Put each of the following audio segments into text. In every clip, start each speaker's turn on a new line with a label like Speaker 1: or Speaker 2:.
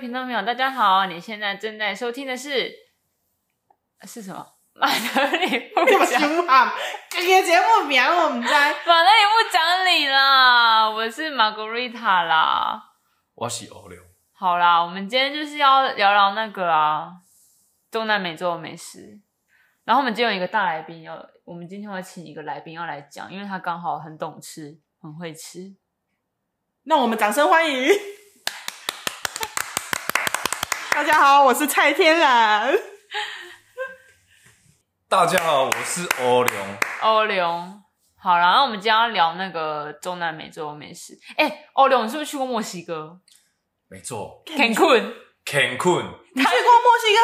Speaker 1: 频道朋友，大家好！你现在正在收听的是是什么？马德里 不
Speaker 2: 你
Speaker 1: 讲，
Speaker 2: 凶啊！这个节目名我们在
Speaker 1: 马德里不讲理啦！我是玛格丽塔啦。
Speaker 3: 我是欧流，
Speaker 1: 好啦，我们今天就是要聊聊那个啊，中南美洲的美食。然后我们今天有一个大来宾要，我们今天会请一个来宾要来讲，因为他刚好很懂吃，很会吃。
Speaker 2: 那我们掌声欢迎。 大家好，我是蔡天然。
Speaker 3: 大家好，我是欧流。
Speaker 1: 欧流，好啦，那我们今天要聊那个中南美洲的美食。哎、欧流，你是不是去过墨西哥
Speaker 3: 没错
Speaker 1: Cancun？
Speaker 3: ，Cancun，
Speaker 2: 你去过墨西哥？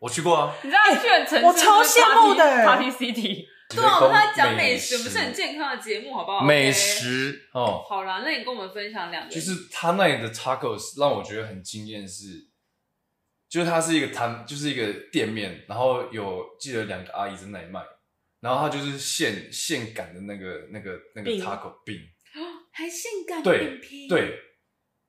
Speaker 3: 我去过啊。
Speaker 1: 你知道去很城市、
Speaker 2: 我超羡慕的欸
Speaker 1: Party City。对啊，我们在讲美食，我们是很健康的节目，好不好？
Speaker 3: 美。食哦，
Speaker 1: 好啦，那你跟我们分享两个，
Speaker 3: 就是他那里的 tacos 让我觉得很惊艳是，就是它是一个摊，就是一个店面，然后有记得两个阿姨在那里卖，然后它就是现现擀的那个那个那个
Speaker 2: 饼
Speaker 3: taco 饼，
Speaker 1: 还性感
Speaker 3: 对
Speaker 1: 并拼，，
Speaker 3: 对，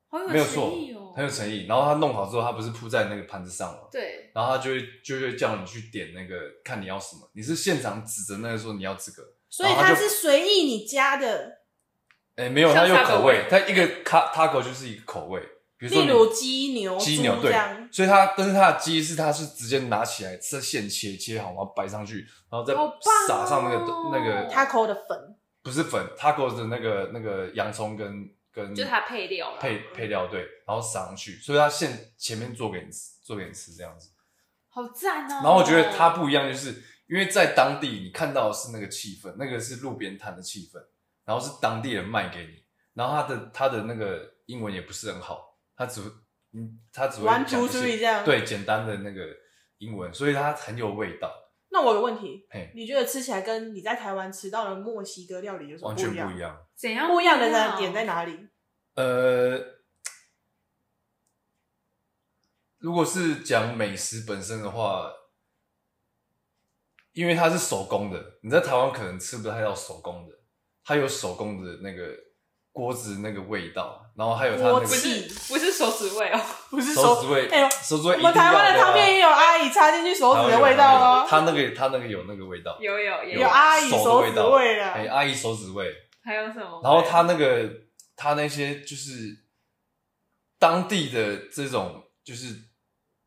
Speaker 1: 好有
Speaker 3: 没有
Speaker 1: 诚
Speaker 3: 错
Speaker 1: 意哦，
Speaker 3: 很有诚意。然后它弄好之后，它不是铺在那个盘子上吗？
Speaker 1: 对，
Speaker 3: 然后他就会就会叫你去点那个，看你要什么。你是现场指着那个说你要这个，
Speaker 2: 所以
Speaker 3: 然后
Speaker 2: 它
Speaker 3: 就是
Speaker 2: 随意你加的，
Speaker 3: 哎没有，
Speaker 1: 像
Speaker 3: 它有
Speaker 1: taco
Speaker 3: 口味，它一个卡 taco 就是一个口味，比如说
Speaker 2: 例
Speaker 3: 你
Speaker 2: 如鸡牛、
Speaker 3: 鸡牛
Speaker 2: 猪这
Speaker 3: 对
Speaker 2: 样，。
Speaker 3: 所以它但是它的鸡是它是直接拿起来是现切切好，然后摆上去，然后再
Speaker 1: 好棒哦
Speaker 3: 撒上那个、那个
Speaker 2: 它口的粉，
Speaker 3: 不是粉 taco 的那个那个洋葱跟跟
Speaker 1: 就它配料啦
Speaker 3: 嗯配配料对，然后撒上去，所以它现前面做给你吃做给你吃这样子。
Speaker 1: 好赞哦。
Speaker 3: 然后我觉得它不一样，就是因为在当地你看到的是那个气氛，那个是路边摊的气氛，然后是当地人卖给你，然后他的他的那个英文也不是很好，他只嗯他只会
Speaker 2: One,
Speaker 3: 讲
Speaker 2: two,
Speaker 3: 就是
Speaker 2: three 这样
Speaker 3: 对简单的那个英文，所以它很有味道，
Speaker 2: 那我有问题，
Speaker 3: 嘿，
Speaker 2: 你觉得吃起来跟你在台湾吃到的墨西哥料理有什么
Speaker 3: 完
Speaker 2: 不
Speaker 3: 全
Speaker 2: 一
Speaker 3: 不一
Speaker 2: 样？
Speaker 3: 样。
Speaker 1: 怎样
Speaker 2: 不一样的点在？哪里？
Speaker 3: 呃，如果是讲美食本身的话，因为它是手工的，你在台湾可能吃不太到手工的，它有手工的那个锅子那个味道，然后还有它那
Speaker 2: 锅
Speaker 3: 个
Speaker 1: 不
Speaker 2: 子
Speaker 1: 是不是手指味哦，
Speaker 2: 不是
Speaker 3: 手
Speaker 2: 手
Speaker 3: 指味，
Speaker 2: 哎呦
Speaker 3: 手指
Speaker 2: 我
Speaker 3: 味一定
Speaker 2: 们
Speaker 3: 要
Speaker 2: 台湾的
Speaker 3: 啊
Speaker 2: 汤面也有阿姨插进去手指的味道哦，
Speaker 3: 它那个它那个有那个味道，
Speaker 1: 有有有
Speaker 2: 有阿姨
Speaker 3: 啊手
Speaker 2: 手
Speaker 3: 的味
Speaker 2: 指
Speaker 3: 道
Speaker 2: 味
Speaker 3: 哎，
Speaker 2: 啦。
Speaker 3: 阿姨手指味，
Speaker 1: 还有什么？
Speaker 3: 然后他那个他那些就是当地的这种就是，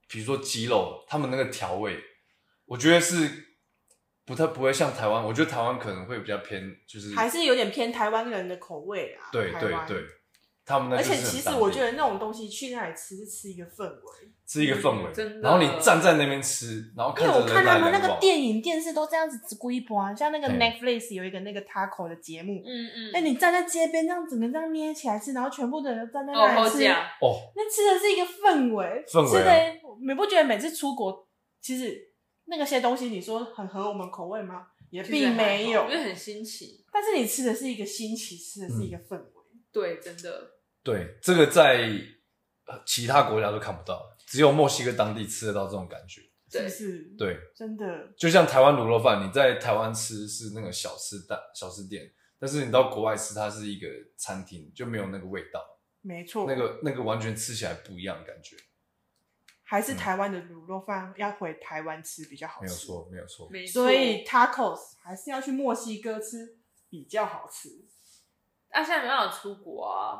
Speaker 3: 比如说鸡肉，他们那个调味，我觉得是不太不会像台湾，我觉得台湾可能会比较偏就是
Speaker 2: 还是有点偏台湾人的口味啦。
Speaker 3: 嗯
Speaker 2: 啊
Speaker 3: 对
Speaker 2: 台
Speaker 3: 对
Speaker 2: 湾
Speaker 3: 对，，他们那
Speaker 2: 而
Speaker 3: 就是
Speaker 2: 且
Speaker 3: 很
Speaker 2: 其实
Speaker 3: 当
Speaker 2: 我
Speaker 3: 地
Speaker 2: 觉得那种东西去那里吃是吃一个氛围，
Speaker 3: 是一个氛围，
Speaker 1: 真的
Speaker 3: 然后你站在那边吃，然后
Speaker 2: 嗯因
Speaker 3: 看
Speaker 2: 为
Speaker 3: 着
Speaker 2: 我看
Speaker 3: 人
Speaker 2: 他
Speaker 3: 来
Speaker 2: 们那
Speaker 3: 来
Speaker 2: 个
Speaker 3: 往，
Speaker 2: 电影、电视都这样子只顾一波啊，像那个
Speaker 3: 对
Speaker 2: Netflix 有一个那个 taco 的节目，
Speaker 1: 嗯嗯，
Speaker 2: 哎，你站在街边这样整个这样捏起来吃，然后全部的人都站在
Speaker 1: 哦
Speaker 2: 那
Speaker 1: 好
Speaker 2: 里吃，
Speaker 1: 假，
Speaker 3: 哦，
Speaker 2: 那吃的是一个氛围，
Speaker 3: 氛围
Speaker 2: 吃
Speaker 3: 啊
Speaker 2: 的你不觉得每次出国其实那个些东西你说很合我们口味吗？也并没有
Speaker 1: 因，为很新奇。
Speaker 2: 但是你吃的是一个新奇，吃的是一个氛围。
Speaker 3: 嗯
Speaker 1: 对，真的
Speaker 3: 对，这个在呃其他国家都看不到，只有墨西哥当地吃得到这种感觉，
Speaker 2: 是
Speaker 1: 对
Speaker 2: 不，是？，
Speaker 3: 对。
Speaker 2: 真的，
Speaker 3: 就像台湾卤肉饭，你在台湾吃是那个小吃大小吃店，但是你到国外吃，它是一个餐厅，就没有那个味道，
Speaker 2: 没错。
Speaker 3: 那个那个完全吃起来不一样的感觉。
Speaker 2: 还是台湾的卤肉饭要回台湾吃比较好吃，
Speaker 3: 嗯没有。错，没有错。
Speaker 1: 没错。
Speaker 2: 所以 tacos 还是要去墨西哥吃比较好吃。
Speaker 1: 啊，现在没办法出国啊，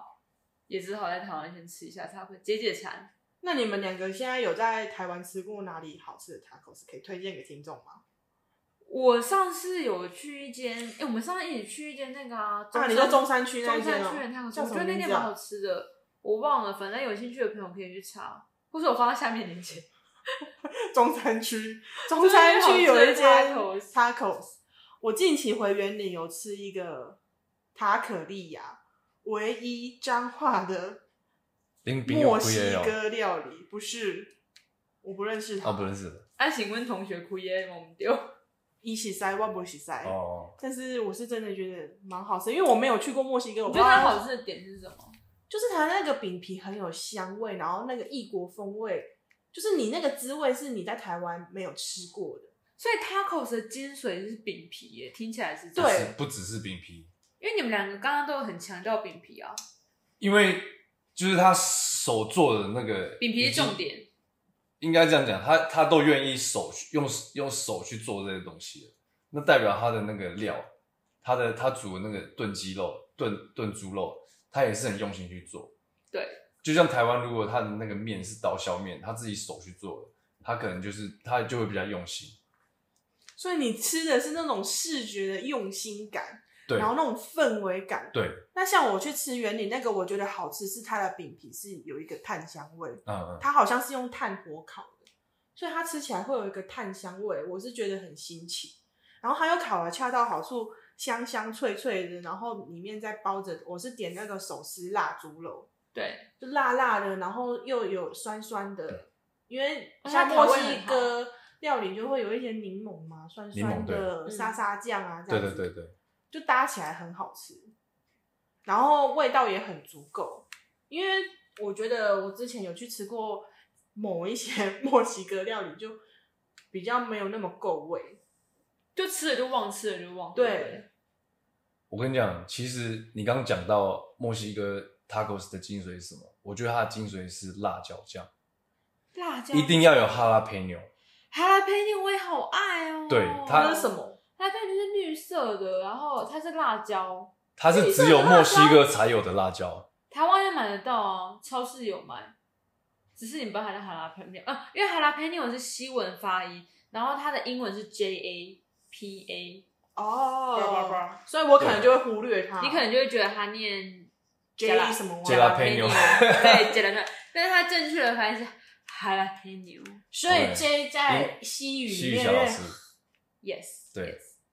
Speaker 1: 也只好在台湾先吃一下，才会解解馋。
Speaker 2: 那你们两个现在有在台湾吃过哪里好吃的 tacos 可以推荐给听众吗？
Speaker 1: 我上次有去一间，哎、我们上次一起去一间那个啊，
Speaker 2: 啊，
Speaker 1: 山
Speaker 2: 你说中山区那
Speaker 1: 中
Speaker 2: 一间
Speaker 1: 山
Speaker 2: 哦、
Speaker 1: 区的泰国菜，
Speaker 2: 叫
Speaker 1: 我
Speaker 2: 什
Speaker 1: 觉
Speaker 2: 么
Speaker 1: 得那
Speaker 2: 名
Speaker 1: 店
Speaker 2: 字
Speaker 1: 蛮
Speaker 2: 啊、
Speaker 1: 好吃的，我忘了，反正有兴趣的朋友可以去查，或者我放在下面链接。
Speaker 2: 中山区，中山区有一间
Speaker 1: 中山区
Speaker 2: tacos，我近期回园林有吃一个塔可利亚，唯一彰化的
Speaker 3: 林饼
Speaker 2: 墨
Speaker 3: 有
Speaker 2: 西
Speaker 3: 也有
Speaker 2: 哥料理，不是，我不认识他，
Speaker 3: 啊，不认识的
Speaker 1: 啊，请问同学哭耶，我们丢。
Speaker 2: 伊喜塞，我不喜塞。
Speaker 3: 哦，
Speaker 2: 但是我是真的觉得蛮好吃，因为我没有去过墨西哥，我
Speaker 1: 我
Speaker 2: 不
Speaker 1: 觉
Speaker 2: 知
Speaker 1: 得
Speaker 2: 道
Speaker 1: 它
Speaker 2: 它
Speaker 1: 好吃的点是什么？
Speaker 2: 就是它那个饼皮很有香味，然后那个异国风味，就是你那个滋味是你在台湾没有吃过的。
Speaker 1: 所以 tacos 的精髓是饼皮耶，听起来是这样
Speaker 3: 不
Speaker 2: 对
Speaker 3: 是不只是饼皮，
Speaker 1: 因为你们两个刚刚都有很强调饼皮啊，
Speaker 3: 因为就是他手做的那个
Speaker 1: 饼皮是重点，
Speaker 3: 应该这样讲，他他都愿意手去用用手去做这些东西了，那代表他的那个料，他的他煮的那个炖鸡肉、炖炖猪肉，他也是很用心去做。
Speaker 1: 对，
Speaker 3: 就像台湾，如果他的那个面是刀削面，他自己手去做的，他可能就是他就会比较用心。
Speaker 2: 所以你吃的是那种视觉的用心感，
Speaker 3: 对
Speaker 2: 然后那种氛围感。
Speaker 3: 对，
Speaker 2: 那像我去吃园林那个，我觉得好吃是它的饼皮是有一个炭香味，
Speaker 3: 嗯嗯，
Speaker 2: 它好像是用炭火烤的，所以它吃起来会有一个炭香味，我是觉得很新奇。然后它又烤的恰到好处，香香脆脆的，然后里面再包着，我是点那个手撕辣猪肉，
Speaker 1: 对，
Speaker 2: 就辣辣的，然后又有酸酸的，因为
Speaker 1: 而且
Speaker 2: 像
Speaker 1: 它调
Speaker 2: 墨
Speaker 1: 味
Speaker 2: 西哥料理就会有一些柠檬嘛，酸酸
Speaker 3: 柠檬对
Speaker 2: 的沙沙酱啊，这
Speaker 3: 对
Speaker 2: 样
Speaker 3: 对
Speaker 2: 子
Speaker 3: 对对，
Speaker 2: 就搭起来很好吃，然后味道也很足够。因为我觉得我之前有去吃过某一些 墨西哥料理，就比较没有那么够味。
Speaker 1: 就吃了就忘，吃了就忘。
Speaker 2: 对，
Speaker 3: 我跟你讲，其实你刚刚讲到墨西哥 tacos 的精髓是什么？我觉得它的精髓是辣椒酱，
Speaker 1: 辣椒
Speaker 3: 一定要有哈拉佩牛。
Speaker 1: 哈拉佩尼我也好爱哦。
Speaker 3: 对它
Speaker 2: 那是什？么？
Speaker 1: 哈拉佩尼是绿色的，然后它是辣椒，
Speaker 3: 它是只有墨西哥才有的辣椒。
Speaker 1: 台湾也买得到啊，超市有卖。只是你不知道它叫哈拉佩尼啊，因为哈拉佩尼我是西文发音，然后它的英文是 J A P A，
Speaker 2: 哦，所以我可能就会忽略它。
Speaker 1: 你可能就会觉得它念
Speaker 2: J 什么味
Speaker 3: Jalapeno
Speaker 1: 对 Jalapeno，但是它正确的发音是哈拉佩尼
Speaker 2: 所以 J 在西语
Speaker 3: 西
Speaker 2: 里
Speaker 3: 语
Speaker 2: 面
Speaker 3: 小老师，
Speaker 2: 认
Speaker 1: ，yes，
Speaker 3: 对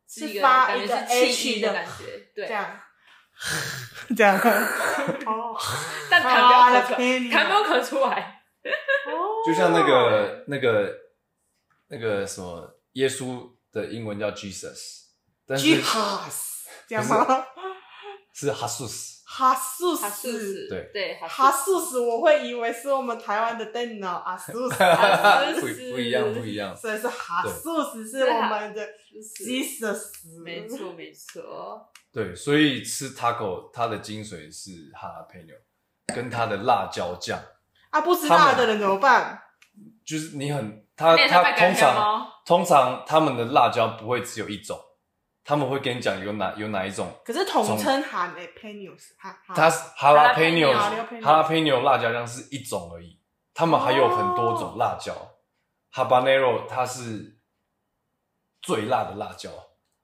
Speaker 1: yes，是一
Speaker 2: 是
Speaker 1: 个
Speaker 2: 发
Speaker 1: 感觉
Speaker 2: 一个
Speaker 1: 是气
Speaker 2: H
Speaker 1: 音的
Speaker 2: 的
Speaker 1: 感觉，对
Speaker 2: 这，样，啊这样。 啊哦，
Speaker 1: 但弹不要
Speaker 2: 哈拉
Speaker 1: 咳
Speaker 2: 佩尼
Speaker 1: 出，弹不要咳出来，
Speaker 3: 就像那
Speaker 2: 哦
Speaker 3: 个那个那个什么耶稣的英文叫 Jesus，但是
Speaker 2: Jesus 这样吗？
Speaker 3: 是 Jesus，
Speaker 2: 哈素
Speaker 1: 哈素
Speaker 2: 斯
Speaker 1: 斯，
Speaker 3: 对
Speaker 1: 对，哈
Speaker 2: 哈素斯，我会以为是我们台湾的电脑啊素斯，
Speaker 1: 哈
Speaker 3: 不
Speaker 1: 斯
Speaker 3: 不一样不一样。
Speaker 2: 所以是哈素斯是我们的
Speaker 1: 素斯
Speaker 2: Jesus，
Speaker 1: 没。错没错，
Speaker 3: 对，所以吃 taco 它的精髓是哈拉佩牛，跟它的辣椒酱，
Speaker 2: 啊，不吃辣
Speaker 3: 他
Speaker 2: 的
Speaker 3: 们
Speaker 2: 人怎么办？
Speaker 3: 就是你很它
Speaker 1: 那也是
Speaker 3: 它
Speaker 1: 麦
Speaker 3: 通
Speaker 1: 感觉
Speaker 3: 常
Speaker 1: 吗？
Speaker 3: 通常他们的辣椒不会只有一种，他们会跟你讲有哪有哪一种
Speaker 2: 可是统称喊诶 p e n i o s 哈哈，
Speaker 3: 它是哈拉佩牛，
Speaker 2: Jalapeno
Speaker 3: 哈拉佩牛辣椒酱是一种而已，他们还有很多
Speaker 2: 哦
Speaker 3: 种辣椒。Habanero 它是最辣的辣椒，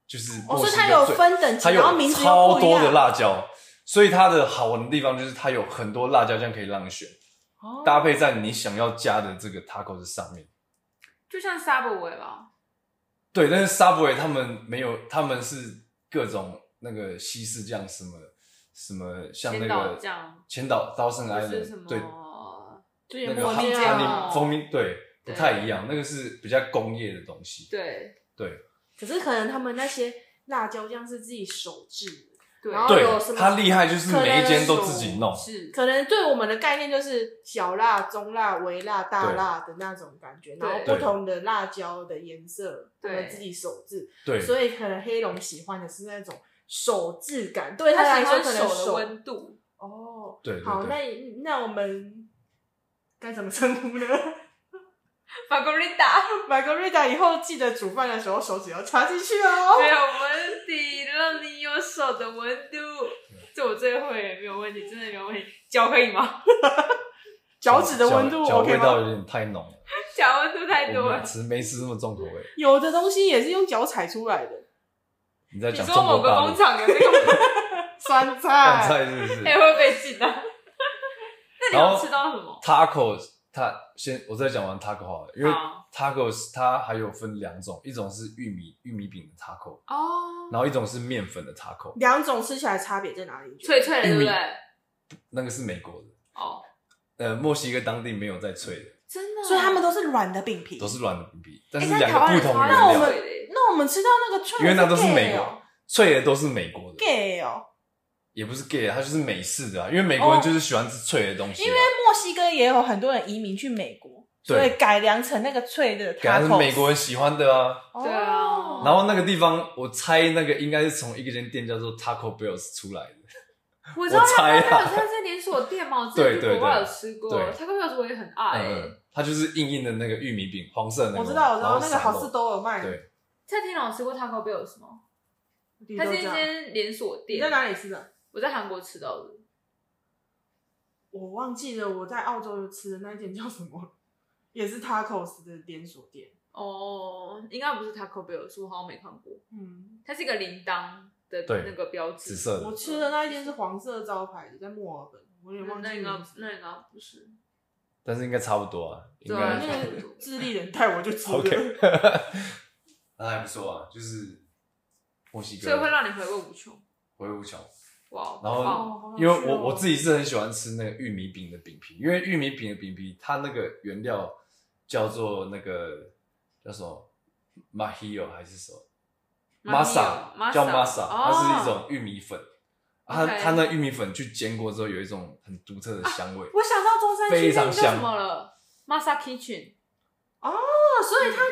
Speaker 3: 就是
Speaker 2: 哦，
Speaker 3: 墨
Speaker 2: 所以
Speaker 3: 西
Speaker 2: 它
Speaker 3: 哥
Speaker 2: 有
Speaker 3: 最，
Speaker 2: 分等级，
Speaker 3: 它
Speaker 2: 然后名
Speaker 3: 有
Speaker 2: 字又
Speaker 3: 超
Speaker 2: 不一
Speaker 3: 多的
Speaker 2: 样。
Speaker 3: 辣椒，所以它的好玩的地方就是它有很多辣椒酱可以让你选，
Speaker 1: 哦
Speaker 3: 搭配在你想要加的这个 tacos 上面。
Speaker 1: 就像 Subway 吧，
Speaker 3: 对，但是 Subway 他们没有，他们是各种那个西式酱什么什么，像那
Speaker 1: 千岛
Speaker 3: 个
Speaker 1: 酱
Speaker 3: 千岛刀圣
Speaker 1: 不
Speaker 3: i
Speaker 1: 是
Speaker 3: s
Speaker 1: 什么
Speaker 3: 对，
Speaker 2: 就
Speaker 3: 那
Speaker 2: 也
Speaker 3: 个
Speaker 2: 墨
Speaker 3: 哈
Speaker 2: 迹
Speaker 1: 酱
Speaker 3: 哈
Speaker 2: 啊
Speaker 3: 尼。蜂蜜对不
Speaker 1: 对
Speaker 3: 太一样，那个是比较工业的东西。
Speaker 1: 对
Speaker 3: 对
Speaker 2: 可是可能他们那些辣椒酱是自己手制的，
Speaker 1: 对
Speaker 2: 然后
Speaker 3: 对
Speaker 2: 有什，么
Speaker 3: 它厉害就是每一间都自己弄。
Speaker 1: 是
Speaker 2: 可能对我们的概念就是小辣、中辣、微辣、大辣的那种感觉，然后
Speaker 1: 对
Speaker 2: 不同的辣椒的颜色，我
Speaker 1: 对
Speaker 2: 们自己手制，
Speaker 3: 对，
Speaker 2: 所以可能黑龙喜欢的是那种手制感，对他
Speaker 1: 它喜
Speaker 2: 来说
Speaker 1: 欢
Speaker 2: 可能
Speaker 1: 手的温度，
Speaker 2: 哦，
Speaker 3: 对对
Speaker 2: 好，
Speaker 3: 对
Speaker 2: 那那我们该怎么称呼呢
Speaker 1: 法国 r 达，
Speaker 2: 玛格丽塔以后记得煮饭的时候手指要插进去 哦。
Speaker 1: 没有问题，让你有手的温度，这我最会，没有问题，真的没有问题，脚可以吗？
Speaker 2: 脚趾的温度
Speaker 3: 脚
Speaker 2: OK
Speaker 3: 味道
Speaker 2: 吗？
Speaker 3: 有点太浓了，
Speaker 1: 脚温度太
Speaker 3: 我
Speaker 1: 多
Speaker 3: 们
Speaker 1: 了。
Speaker 3: 吃没吃那么重口味。
Speaker 2: 有的东西也是用脚踩出来的，
Speaker 3: 你在
Speaker 1: 你
Speaker 3: 讲中
Speaker 1: 说某
Speaker 3: 国
Speaker 1: 个
Speaker 3: 大
Speaker 1: 工
Speaker 3: 陆
Speaker 1: 厂有这个吗，
Speaker 2: 酸
Speaker 3: 饭
Speaker 2: 菜
Speaker 3: 菜是不是
Speaker 1: 哎、会被 禁的。那你
Speaker 3: 然
Speaker 1: 有
Speaker 3: 后
Speaker 1: 吃到什么？
Speaker 3: ？Tacos，它先我再讲完 taco 好了，因为
Speaker 1: 好
Speaker 3: tacos 它还有分两种，一种是玉米玉米饼的 taco，
Speaker 1: 哦，
Speaker 3: 然后一种是面粉的 taco，
Speaker 2: 两种吃起来差别在哪里？
Speaker 1: 脆脆的，对不
Speaker 3: 玉米
Speaker 1: 对？
Speaker 3: 那个是美国的，
Speaker 1: 哦，
Speaker 3: 呃，墨西哥当地没有在脆的，
Speaker 1: 真的，
Speaker 2: 所以他们都是软的饼皮，
Speaker 3: 都是软的饼皮，但
Speaker 1: 哎
Speaker 3: 是
Speaker 1: 在
Speaker 3: 两
Speaker 1: 台
Speaker 3: 个
Speaker 1: 湾
Speaker 3: 不
Speaker 1: 人
Speaker 3: 同
Speaker 1: 超
Speaker 3: 原
Speaker 1: 爱
Speaker 2: 那我
Speaker 3: 料
Speaker 2: 们。
Speaker 1: 脆的耶
Speaker 2: 那我们吃到那个脆
Speaker 3: 因
Speaker 2: 的 gay 哦，
Speaker 3: 为那都是美国脆的，都是美国的，
Speaker 2: gay 哦，
Speaker 3: 也不是 gay，它就是美式的啊。因为美国人就是喜欢吃脆的东
Speaker 2: 哦
Speaker 3: 西、啊，
Speaker 2: 因为墨西哥也有很多人移民去美国，
Speaker 3: 对
Speaker 2: 所以改良成那个脆的 tacos。
Speaker 3: 感觉是美国人喜欢的啊。
Speaker 2: 哦
Speaker 1: 对啊
Speaker 3: 然后那个地方，我猜那个应该是从一个间店叫做 Taco Bells 出来的，
Speaker 1: 我知道它
Speaker 3: 猜
Speaker 1: 它
Speaker 3: 啊
Speaker 1: 有它是连锁店嘛，我之
Speaker 3: 对
Speaker 1: 前去
Speaker 3: 对
Speaker 1: 国外
Speaker 3: 对
Speaker 1: 有吃过，
Speaker 3: 对
Speaker 1: 它跟柚子我也很爱、欸。
Speaker 3: 嗯，它就是硬硬的那个玉米饼，黄色的那个
Speaker 2: 哎我
Speaker 3: 嘛。
Speaker 2: 知道，我知道
Speaker 3: 然后
Speaker 2: 那个好
Speaker 3: 散
Speaker 2: 事
Speaker 3: 肉
Speaker 2: 都有卖。
Speaker 3: 对，
Speaker 1: 蔡天朗吃过 Taco Bell 吗？
Speaker 2: 绿
Speaker 1: 它
Speaker 2: 豆
Speaker 1: 是一
Speaker 2: 酱，
Speaker 1: 间连锁
Speaker 2: 你
Speaker 1: 店。
Speaker 2: 在哪里吃的？
Speaker 1: 我在韩国吃到的，
Speaker 2: 我忘记了，我在澳洲有吃的那一间叫什么？ 也是 tacos 的连锁店。
Speaker 1: 哦，应该不是 Taco Bell，是我好像没看过。
Speaker 2: 嗯，
Speaker 1: 它是一个铃铛的
Speaker 3: 对
Speaker 1: 那个标志，
Speaker 3: 紫色
Speaker 2: 我
Speaker 3: 的。
Speaker 2: 吃的那一间是黄色招牌的，在墨尔本，我有点忘
Speaker 1: 那
Speaker 2: 记
Speaker 1: 应该
Speaker 2: 了
Speaker 1: 不。那应该不是。
Speaker 3: 但是应该差不多啊，应
Speaker 1: 对啊
Speaker 2: 那
Speaker 3: 该
Speaker 2: 个智利人带我就 吃
Speaker 3: OK
Speaker 2: 了。。
Speaker 3: 那还不错啊，就是墨西
Speaker 1: 所以会
Speaker 3: 哥
Speaker 1: 让你回味无穷。
Speaker 3: 回味无穷。
Speaker 1: 哇，
Speaker 3: 然
Speaker 1: 好
Speaker 3: 后
Speaker 1: 棒
Speaker 2: 哦
Speaker 3: 因为我我自己是很喜欢吃那个玉米饼的饼皮，因为玉米饼的饼皮它那个原料叫做那个叫什么 mahio 还是什么
Speaker 1: Mahio，masa
Speaker 3: 叫 masa，、
Speaker 1: 哦
Speaker 3: 它是一种玉米粉，啊它
Speaker 1: OK
Speaker 3: 它那玉米粉去煎过之后有一种很独特的香味，
Speaker 1: 我想到中山区
Speaker 3: 非
Speaker 1: 那
Speaker 3: 常
Speaker 1: 个叫
Speaker 3: 香
Speaker 1: 什么了，Masa Kitchen。
Speaker 2: 哦，所以它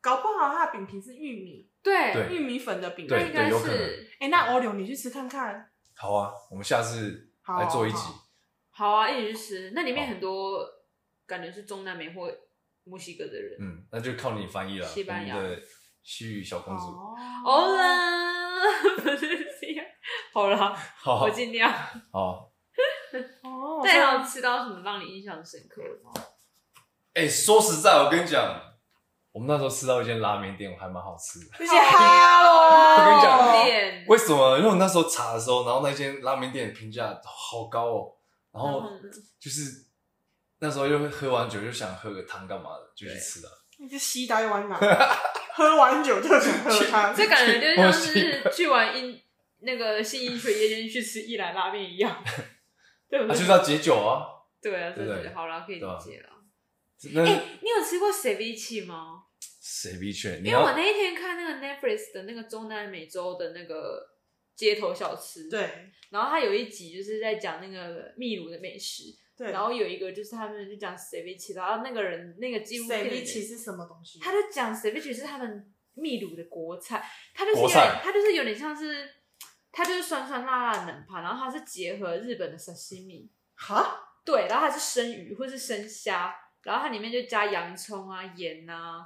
Speaker 2: 搞搞不好它的饼皮是玉米
Speaker 1: 对，
Speaker 3: 对
Speaker 2: 玉米粉的饼
Speaker 1: 那
Speaker 3: 对
Speaker 1: 应
Speaker 2: 皮。
Speaker 1: 该
Speaker 3: 对有可能
Speaker 1: 是
Speaker 2: 哎，那欧柳你去吃看看。
Speaker 3: 好啊，我们下次
Speaker 2: 好
Speaker 3: 来做一集，
Speaker 2: 好
Speaker 1: 好啊，一起去吃。那里面
Speaker 3: 好
Speaker 1: 很多感觉是中南美或墨西哥的人。
Speaker 3: 嗯，那就靠你翻译了，
Speaker 1: 西班牙
Speaker 3: 我们的西域小公主，
Speaker 1: 哦好啦，不是这样。 好啦，
Speaker 3: 好
Speaker 1: 我尽量。
Speaker 3: 好，
Speaker 2: 哦，
Speaker 1: 那你还有吃到什么让你印象深刻的吗？
Speaker 3: 哎、说实在，我跟你讲，我们那时候吃到一间拉面店，还蛮好吃的。
Speaker 2: 谢谢哈
Speaker 1: 哦
Speaker 2: 喽。
Speaker 3: 我跟你讲
Speaker 1: 店
Speaker 3: 为什么？因为我那时候查的时候，然后那间拉面店评价好高哦，然
Speaker 1: 然
Speaker 3: 后
Speaker 1: 后呢
Speaker 3: 就是那时候又喝完酒就想喝个汤干嘛的，就去
Speaker 1: 对
Speaker 3: 吃了。
Speaker 2: 你是西呆完嘛？ 喝完酒就想喝它。
Speaker 1: 这感觉就像是
Speaker 3: 墨
Speaker 1: 去完英那个信义区的夜店去吃一兰拉面一 样，对不
Speaker 3: 啊，
Speaker 1: 对？
Speaker 3: 就是要解酒啊。
Speaker 1: 对啊，对
Speaker 3: 对不
Speaker 1: 对
Speaker 3: 对
Speaker 1: 对，好啦，可以理解了。
Speaker 3: 那
Speaker 1: 哎、你有吃过 ceviche 吗？
Speaker 3: 谁逼劝？你
Speaker 1: 因为我
Speaker 3: 要
Speaker 1: 那一天看那个 Netflix 的那个中南美洲的那个街头小吃，，
Speaker 2: 对
Speaker 1: 然后它有一集就是在讲那个秘鲁的美食，
Speaker 2: 对，
Speaker 1: 然后有一个就是他们就讲 ceviche，然后那个人那个纪录片的
Speaker 2: ceviche
Speaker 1: 人
Speaker 2: 是什么东西？
Speaker 1: 他就讲 ceviche 是他们秘鲁的国菜，它就是有
Speaker 3: 国
Speaker 1: 点
Speaker 3: 菜，
Speaker 1: 它就是有点像是，它就是酸酸辣辣的冷盘，然后它是结合日本的 sashimi，
Speaker 2: 哈，
Speaker 1: 对，然后它是生鱼或是生虾，然后它里面就加洋葱啊、盐啊，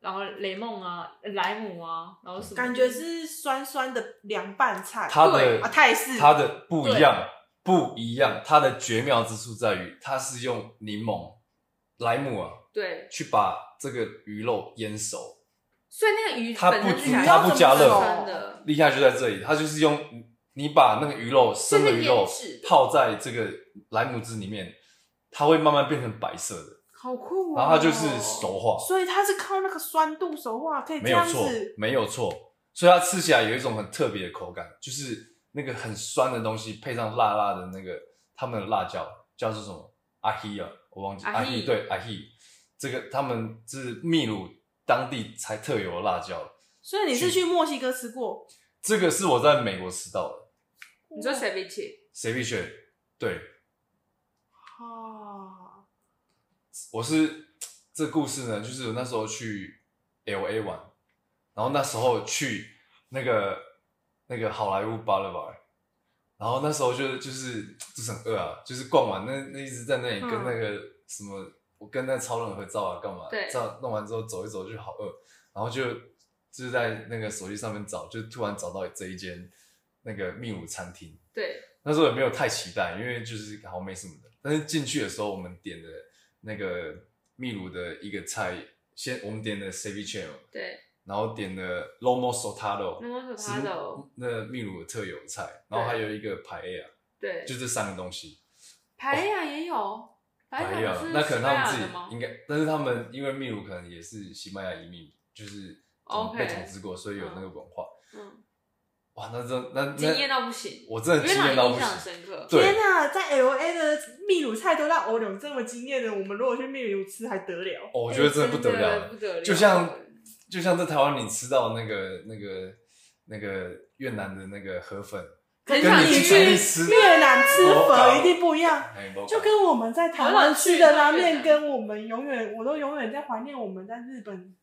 Speaker 1: 然后雷梦啊、呃莱姆啊，然后什么的
Speaker 2: 感觉是酸酸的凉拌菜。
Speaker 3: 它
Speaker 1: 对
Speaker 3: 的
Speaker 2: 啊泰式
Speaker 3: 它的不一样，不一样。它的绝妙之处在于，它是用柠檬、莱姆啊，
Speaker 1: 对，
Speaker 3: 去把这个鱼肉腌熟。
Speaker 1: 所以那个鱼
Speaker 3: 它
Speaker 1: 本身
Speaker 3: 不
Speaker 1: 是
Speaker 3: 煮
Speaker 1: 感觉
Speaker 3: 它不加热
Speaker 1: 酸的，
Speaker 2: 哦
Speaker 3: 厉害就在这里，它就是用你把那个鱼肉生的鱼肉
Speaker 1: 就是腌制
Speaker 3: 泡在这个莱姆汁里面，它会慢慢变成白色的，
Speaker 1: 好酷、哦，
Speaker 3: 然后它就是熟化，
Speaker 2: 所以它是靠那个酸度熟化，可以这
Speaker 3: 没有
Speaker 2: 样
Speaker 3: 错
Speaker 2: 子，。
Speaker 3: 没有错，所以它吃起来有一种很特别的口感，就是那个很酸的东西配上辣辣的那个他们的辣椒叫是什么？阿希啊，我忘记
Speaker 1: 阿
Speaker 3: 阿
Speaker 1: 希
Speaker 3: 希对阿希，这个他们是秘鲁当地才特有的辣椒，
Speaker 2: 所以你是去墨西哥吃过？
Speaker 3: 这个是我在美国吃到的。
Speaker 1: 你说 ceviche
Speaker 3: 谁必选？对，
Speaker 2: 哦，
Speaker 3: 我是这故事呢，就是我那时候去 L A 玩，然后那时候去那个那个好莱坞 Boulevard，然后那时候就就是就是很饿啊，就是逛完那那一直在那里跟
Speaker 2: 嗯
Speaker 3: 那个什么，我跟那超人合照啊，干嘛？
Speaker 1: 对
Speaker 3: 这样弄完之后走一走就好饿，然后就就是在那个手机上面找，就突然找到这一间那个秘鲁餐厅，
Speaker 1: 对，
Speaker 3: 那时候也没有太期待，因为就是好像没什么的。但是进去的时候，我们点的那个秘鲁的一个菜，先我们点的 ceviche，嘛
Speaker 1: 对，
Speaker 3: 然后点的 lomo soltado，
Speaker 1: Lomo soltado 哦
Speaker 3: 是那秘鲁的特有菜，然后还有一个 paella，
Speaker 1: 对，
Speaker 3: 就这三个东西。
Speaker 1: 排亚也有，排亚
Speaker 3: paella
Speaker 1: 不是
Speaker 3: 那可能他们自
Speaker 1: 西班牙的吗
Speaker 3: 己应该，但是他们因为秘鲁可能也是西班牙移民，就是统
Speaker 1: OK
Speaker 3: 被统治过，所以有那个文化。
Speaker 1: 嗯，
Speaker 3: 哇，那真那
Speaker 1: 惊艳
Speaker 3: 那
Speaker 1: 到不行，
Speaker 3: 我真的
Speaker 1: 因为
Speaker 3: 惊
Speaker 1: 让
Speaker 3: 艳
Speaker 1: 你
Speaker 3: 到
Speaker 1: 印
Speaker 3: 不
Speaker 1: 象
Speaker 3: 行。
Speaker 1: 深刻。
Speaker 3: 对
Speaker 2: 天哪、在 L A 的秘鲁菜都让欧柳这么惊艳的，我们如果去秘鲁吃还得了？
Speaker 3: 哦，我觉得真的不得
Speaker 1: 哎
Speaker 3: 了
Speaker 1: 真的，不得了
Speaker 3: 就像就像在台湾你吃到那个那个那个越南的那个河粉，
Speaker 1: 很
Speaker 3: 跟
Speaker 1: 想
Speaker 3: 你去
Speaker 1: 去
Speaker 3: 餐厅吃
Speaker 2: 越南吃
Speaker 3: 我搞
Speaker 2: 粉一定不一
Speaker 1: 啊
Speaker 2: 样，
Speaker 3: 哎不好
Speaker 2: 就跟我们在台湾吃的拉面，跟我们永远我都永远在怀念我们在日本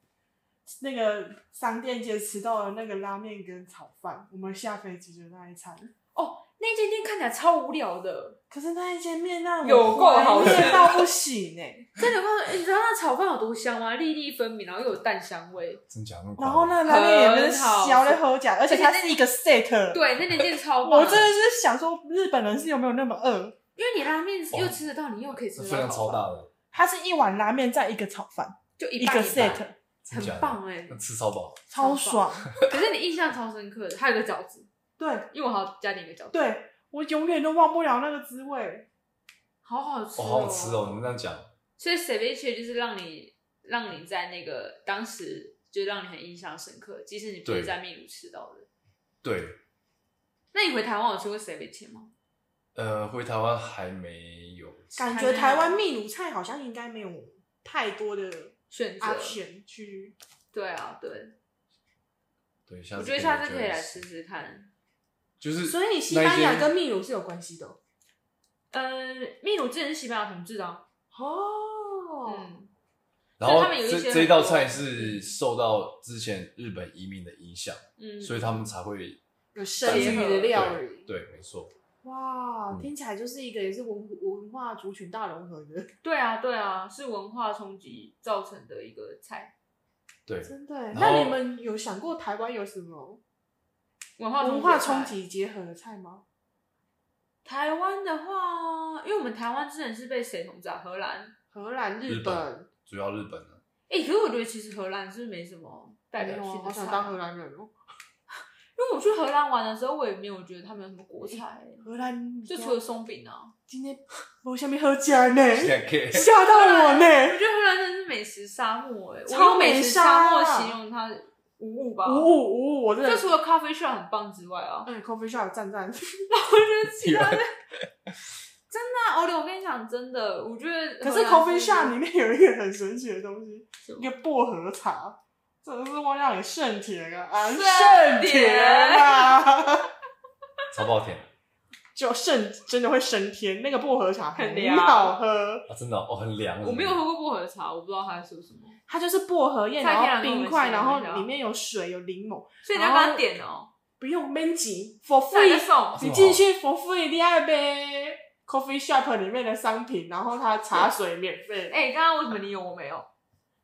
Speaker 2: 那个商店街吃到的那个拉面跟炒饭，我们下飞机就那一餐。
Speaker 1: 哦，那间店看起来超无聊的，
Speaker 2: 可是那一间面让我
Speaker 1: 有够好吃
Speaker 2: 怀念到不行哎、
Speaker 1: 真的有看到，你知道那炒饭有多香吗？粒粒分明，然后又有蛋香味。
Speaker 3: 真假那么夸
Speaker 2: 然
Speaker 3: 张
Speaker 2: 后那个拉面也就是小的合假，而且它是一个 set。，
Speaker 1: 对，那间店超棒。
Speaker 2: 我真的是想说，日本人是有没有那么饿？
Speaker 1: 因为你拉面又吃得到，你又可以吃
Speaker 3: 这
Speaker 1: 得到
Speaker 3: 分量
Speaker 1: 炒
Speaker 3: 超
Speaker 1: 饭
Speaker 3: 大，的，
Speaker 2: 它是一碗拉面再一个炒饭，
Speaker 1: 就一
Speaker 2: 一
Speaker 1: 半
Speaker 2: 个
Speaker 1: 一半
Speaker 2: set，
Speaker 3: 真假的
Speaker 1: 很棒哎
Speaker 3: 那。吃超饱，
Speaker 2: 超爽。
Speaker 1: 可是你印象超深刻的，还有一个饺子，
Speaker 2: 对
Speaker 1: 因为我还要加点一个饺子，
Speaker 2: 对，我永远都忘不了那个滋味。
Speaker 1: 好好吃
Speaker 3: 我好想吃哦！你们这样讲，
Speaker 1: 所以 ceviche 就是让你让你在那个当时就让你很印象深刻，即使你不
Speaker 3: 对
Speaker 1: 是在秘鲁吃到的。
Speaker 3: 对，
Speaker 1: 那你回台湾有吃过 ceviche 吗？
Speaker 3: 呃，回台湾还没有吃，
Speaker 2: 感觉台湾秘鲁菜好像应该没有太多的
Speaker 1: 选
Speaker 2: 啊
Speaker 1: 择
Speaker 2: option 去。
Speaker 1: 对啊，对，
Speaker 3: 对，下次
Speaker 1: 我觉得
Speaker 3: 以
Speaker 1: 下次
Speaker 3: 就
Speaker 1: 可以来吃，吃看。
Speaker 3: 就是
Speaker 2: 所以西班牙
Speaker 3: 那一间
Speaker 2: 跟秘鲁是有关系的哦
Speaker 1: 呃，秘鲁之前是西班牙统治的啊、
Speaker 2: 哦。
Speaker 1: 嗯，
Speaker 3: 然后
Speaker 1: 他们有一些
Speaker 3: 这
Speaker 1: 很
Speaker 3: 这一道
Speaker 1: 多嗯
Speaker 3: 菜是受到之前日本移民的影响，
Speaker 1: 嗯，
Speaker 3: 所以他们才会
Speaker 2: 有生
Speaker 1: 结
Speaker 2: 鱼
Speaker 1: 合
Speaker 2: 的料
Speaker 3: 对
Speaker 2: 理，
Speaker 3: 对，没错，
Speaker 2: 哇，
Speaker 3: 嗯
Speaker 2: 听起来就是一个也是文文化族群大融合的，
Speaker 1: 对啊，对啊，是文化冲击造成的一个菜，
Speaker 3: 对，
Speaker 2: 真的耶。
Speaker 3: 然后
Speaker 2: 那你们有想过台湾有什么
Speaker 1: 文化
Speaker 2: 文化
Speaker 1: 的菜
Speaker 2: 冲。击结合的菜吗？
Speaker 1: 台湾的话，因为我们台湾之前是被谁统治啊？荷兰。
Speaker 2: 荷兰、
Speaker 3: 日
Speaker 2: 本
Speaker 3: 本，主要日本的，
Speaker 1: 哎、可是我觉得其实荷兰是不是没什么代表
Speaker 2: 没有啊
Speaker 1: 性
Speaker 2: 好
Speaker 1: 的菜
Speaker 2: 想，当荷兰人哦。
Speaker 1: 因为我去荷兰玩的时候，我也没有觉得他们有什么国菜，
Speaker 2: 荷兰
Speaker 1: 就除了松饼啊。
Speaker 2: 今天我下面喝假呢，
Speaker 3: 现 在可以
Speaker 2: 吓到我
Speaker 1: 我
Speaker 2: 呢，
Speaker 1: 觉得荷兰真的是美食沙漠哎、我
Speaker 2: 超
Speaker 1: 用美
Speaker 2: 美
Speaker 1: 食
Speaker 2: 沙
Speaker 1: 沙漠
Speaker 2: 啊
Speaker 1: 形容它无误吧。
Speaker 2: 五五五，我真
Speaker 1: 就
Speaker 2: 的
Speaker 1: 除了咖啡 shop 很棒之外啊，
Speaker 2: 嗯，coffee shop 赞赞，
Speaker 1: 我觉得其他的真的，欧弟，我跟你讲，真的，我觉得
Speaker 2: 可
Speaker 1: 荷
Speaker 2: 是
Speaker 1: 兰
Speaker 2: coffee shop 里面有一个很神奇的东西，
Speaker 1: 什么
Speaker 2: 一个薄荷茶，真的是会让你圣甜啊，啊
Speaker 1: 圣
Speaker 2: 圣
Speaker 1: 甜
Speaker 2: 甜啊，
Speaker 3: 超爆甜
Speaker 2: 就圣真的会升天，那个薄荷茶
Speaker 1: 很
Speaker 2: 很
Speaker 1: 凉
Speaker 2: 好喝，
Speaker 3: 啊，真的哦，哦很凉。
Speaker 1: 我没有喝过薄荷茶，我不知道它在说什么，
Speaker 2: 它就是薄荷叶，
Speaker 1: 蔡
Speaker 2: 然
Speaker 1: 天然
Speaker 2: 后
Speaker 1: 跟我
Speaker 2: 冰
Speaker 1: 们
Speaker 2: 块，
Speaker 1: 形
Speaker 2: 然
Speaker 1: 容一
Speaker 2: 后
Speaker 1: 下
Speaker 2: 里面有水有柠檬，
Speaker 1: 所以你要
Speaker 2: 然
Speaker 1: 帮
Speaker 2: 后
Speaker 1: 他点哦，
Speaker 2: 不用免急，for
Speaker 1: 那你就
Speaker 2: free。
Speaker 1: 送
Speaker 3: 是
Speaker 2: 你
Speaker 3: 吗
Speaker 2: 进去佛富一定要杯 coffee shop 里面的商品，然后它茶水免费。
Speaker 1: 哎，刚刚为什么你有我没有？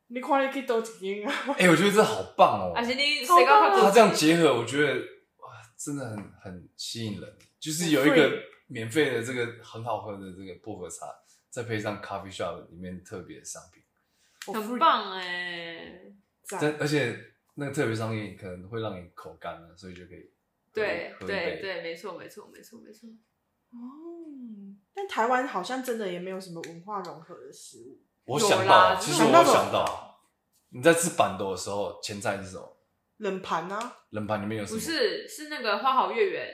Speaker 2: 你看你去多几间啊？
Speaker 3: 哎、我觉得这好棒哦！
Speaker 1: 而且啊你
Speaker 2: 超
Speaker 1: 谁告
Speaker 2: 棒啊
Speaker 1: 诉
Speaker 3: 它这样结合，我觉得哇，真的很很吸引人。就是有一个免费的这个很好喝的这个薄荷茶，再配上 coffee shop 里面特别的商品，
Speaker 1: 很，棒哎，
Speaker 3: 但
Speaker 2: 赞
Speaker 3: 而且那个特别商品可能会让你口干了，所以就可以喝一
Speaker 1: 对
Speaker 3: 喝一
Speaker 1: 对
Speaker 3: 杯。
Speaker 1: 对，没错没错没错没错，
Speaker 2: 哦。但台湾好像真的也没有什么文化融合的食物，
Speaker 3: 我
Speaker 1: 有
Speaker 3: 想
Speaker 1: 啦啊
Speaker 3: 到，啊其实
Speaker 2: 想
Speaker 3: 我
Speaker 2: 到什么
Speaker 3: 想到，你在吃板豆的时候，前菜是什么？
Speaker 2: 冷盘啊，
Speaker 3: 冷盘里面有什
Speaker 1: 不
Speaker 3: 么？
Speaker 1: 是是那个花好月圆，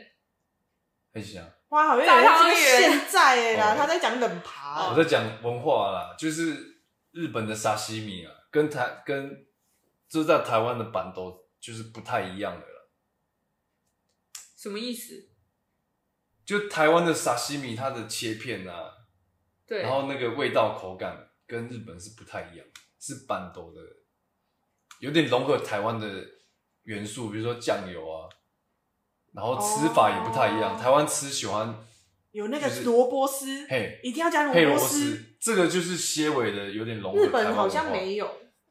Speaker 3: 很香。
Speaker 2: 花好月
Speaker 1: 炸
Speaker 2: 圆
Speaker 1: 汤
Speaker 2: 是
Speaker 1: 圆
Speaker 2: 现在耶啦，
Speaker 3: 哦
Speaker 2: 他在讲冷
Speaker 3: 我
Speaker 2: 盘，
Speaker 3: 在讲文化啦，就是日本的沙西米啊，跟台跟就是在台湾的板豆就是不太一样的了。
Speaker 1: 什么意思？
Speaker 3: 就台湾的沙西米，它的切片啊，
Speaker 1: 对，
Speaker 3: 然后那个味道口感跟日本是不太一样，是板豆的，有点融合台湾的元素，比如说酱油啊，然后吃法也不太一样。
Speaker 2: 哦
Speaker 3: 台湾吃喜欢
Speaker 2: 有那个
Speaker 3: 就是
Speaker 2: 萝卜丝，
Speaker 3: 嘿
Speaker 2: 一定要加
Speaker 3: 配
Speaker 2: 萝
Speaker 3: 螺
Speaker 2: 卜
Speaker 3: 丝，，这个就是些微的有点融合
Speaker 2: 日
Speaker 3: 台
Speaker 2: 本
Speaker 3: 湾
Speaker 2: 好
Speaker 3: 文
Speaker 2: 像
Speaker 3: 化
Speaker 2: 没有，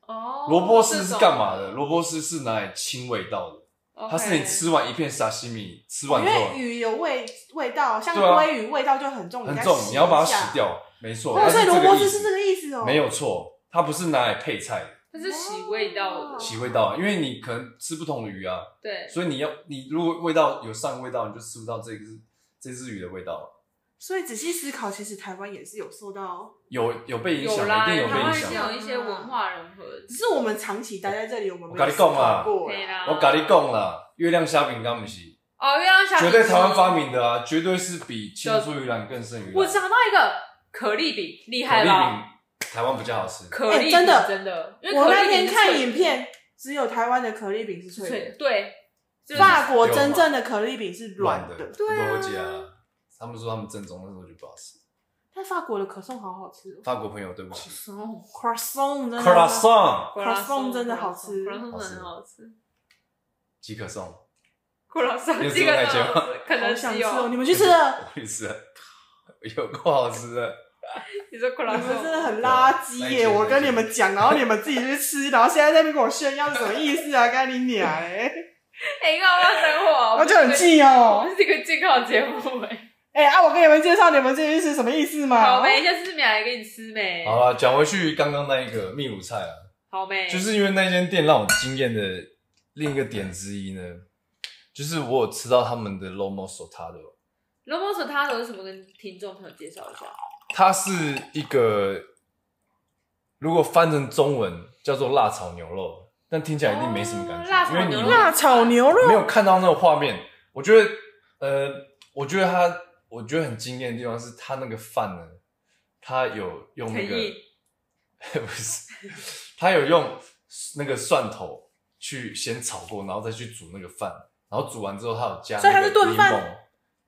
Speaker 1: 哦，
Speaker 3: 萝卜丝是干嘛
Speaker 1: 这
Speaker 3: 的？
Speaker 1: 种
Speaker 3: 萝卜丝是拿来清味道的，
Speaker 1: OK
Speaker 3: 它是你吃完一片沙西米，吃完
Speaker 2: 哦因
Speaker 3: 之后
Speaker 2: 为鱼有味味道，像
Speaker 3: 对啊
Speaker 2: 鲑鱼味道就很重，
Speaker 3: 很
Speaker 2: 再
Speaker 3: 重，
Speaker 2: 洗
Speaker 3: 你要把它
Speaker 2: 一下
Speaker 3: 洗。掉，没错。
Speaker 2: 哦，
Speaker 3: 它
Speaker 2: 所以
Speaker 3: 是
Speaker 2: 萝
Speaker 3: 这
Speaker 2: 卜
Speaker 3: 个
Speaker 2: 丝
Speaker 3: 意
Speaker 2: 是这
Speaker 3: 思，
Speaker 2: 个意思哦。
Speaker 3: 没有错，它不是拿来配菜的，
Speaker 1: 它是洗味道
Speaker 2: 哦
Speaker 1: 的，
Speaker 3: 洗味道，因为你可能吃不同的鱼啊，
Speaker 1: 对，
Speaker 3: 所以你要你如果味道有上味道，你就吃不到这只这只鱼的味道啊了，
Speaker 2: 所以仔细思考，其实台湾也是有受到，
Speaker 3: 有有被影
Speaker 1: 有
Speaker 3: 响，
Speaker 1: 啦，
Speaker 3: 一定有被
Speaker 1: 台
Speaker 3: 影
Speaker 1: 湾已
Speaker 3: 响
Speaker 1: 经
Speaker 3: 的。
Speaker 1: 有一些文化融合，
Speaker 2: 只是我们长期待在这里，我们
Speaker 3: 我
Speaker 2: 没
Speaker 3: 跟
Speaker 2: 有
Speaker 3: 你
Speaker 2: 思考
Speaker 3: 讲啊
Speaker 2: 过
Speaker 1: 对啦，
Speaker 2: 啦。
Speaker 3: 我跟你讲啦，月亮虾饼干不是
Speaker 1: 哦，月亮虾饼
Speaker 3: 绝对台湾发明的啊，绝对是比青出于蓝更胜于蓝。
Speaker 1: 我找到一个可丽饼，厉
Speaker 3: 可
Speaker 1: 害
Speaker 3: 丽
Speaker 1: 吧？
Speaker 3: 饼台湾比较好吃，
Speaker 1: 可丽饼
Speaker 2: 哎真的
Speaker 1: 真的，因为
Speaker 2: 我
Speaker 1: 可
Speaker 2: 那
Speaker 1: 丽饼
Speaker 2: 天
Speaker 1: 是
Speaker 2: 看
Speaker 1: 脆
Speaker 2: 影片，只有台湾的可丽饼是
Speaker 1: 的
Speaker 2: 脆
Speaker 1: 脆
Speaker 2: 的，
Speaker 1: 对，就是
Speaker 2: 法国真正的可丽饼是软
Speaker 3: 软
Speaker 2: 的
Speaker 3: 的，。
Speaker 1: 对啊
Speaker 3: 罗杰啊，他们说他们正宗，但是我就不好吃。
Speaker 2: 但法国的可颂好好吃哦
Speaker 3: 法国朋友，对不起。
Speaker 2: ，croissant 真的
Speaker 3: c r o i s s a n
Speaker 1: 可
Speaker 2: croissant 真的好吃
Speaker 1: 可 o 真的很好吃。
Speaker 3: 即可颂，
Speaker 1: 郭老师
Speaker 3: 有
Speaker 1: 这
Speaker 3: 这
Speaker 1: 个
Speaker 3: 个感觉吗
Speaker 1: 可能
Speaker 2: 好想
Speaker 1: 是
Speaker 2: 吃哦，
Speaker 1: 有。
Speaker 2: 你们去吃了，
Speaker 3: 我也是啊，有够好吃的。
Speaker 1: 你说郭
Speaker 2: 你
Speaker 1: 老师
Speaker 2: 们真的
Speaker 1: 有，
Speaker 2: 很垃圾耶！我跟你们讲，然后你们自己去吃，然后现在在那边跟我炫耀是什么意思啊？该你 娘哎！
Speaker 1: 哎，你干嘛等我？
Speaker 2: 我就很气
Speaker 1: 我
Speaker 2: 哦。
Speaker 1: 们是一个健康节目哎。
Speaker 2: 哎啊，我跟你们介绍，你们这去吃什么意思嘛？
Speaker 1: 好没，下次米来给你吃没？
Speaker 3: 好了，讲回去刚刚那一个秘鲁菜啊，
Speaker 1: 好没？
Speaker 3: 就是因为那间店让我惊艳的另一个点之一呢，就是我有吃到他们的 Lomo Sotado，
Speaker 1: 罗伯索他有什么跟听众朋友介绍一下？
Speaker 3: 它是一个如果翻成中文叫做辣炒牛肉，但听起来一定没什么感
Speaker 1: 哦辣
Speaker 3: 觉，
Speaker 1: 炒
Speaker 3: 因为你
Speaker 1: 牛肉
Speaker 2: 辣炒牛肉
Speaker 3: 没有看到那个画面。我觉得，呃，我觉得它，我觉得很惊艳的地方是它那个饭呢，它有用那个
Speaker 1: 可以
Speaker 3: 不是，它有用那个蒜头去先炒过，然后再去煮那个饭，然后煮完之后它有加
Speaker 2: 所以它
Speaker 3: 那
Speaker 2: 是
Speaker 3: 个
Speaker 2: 炖
Speaker 3: 柠
Speaker 2: 饭
Speaker 3: 檬。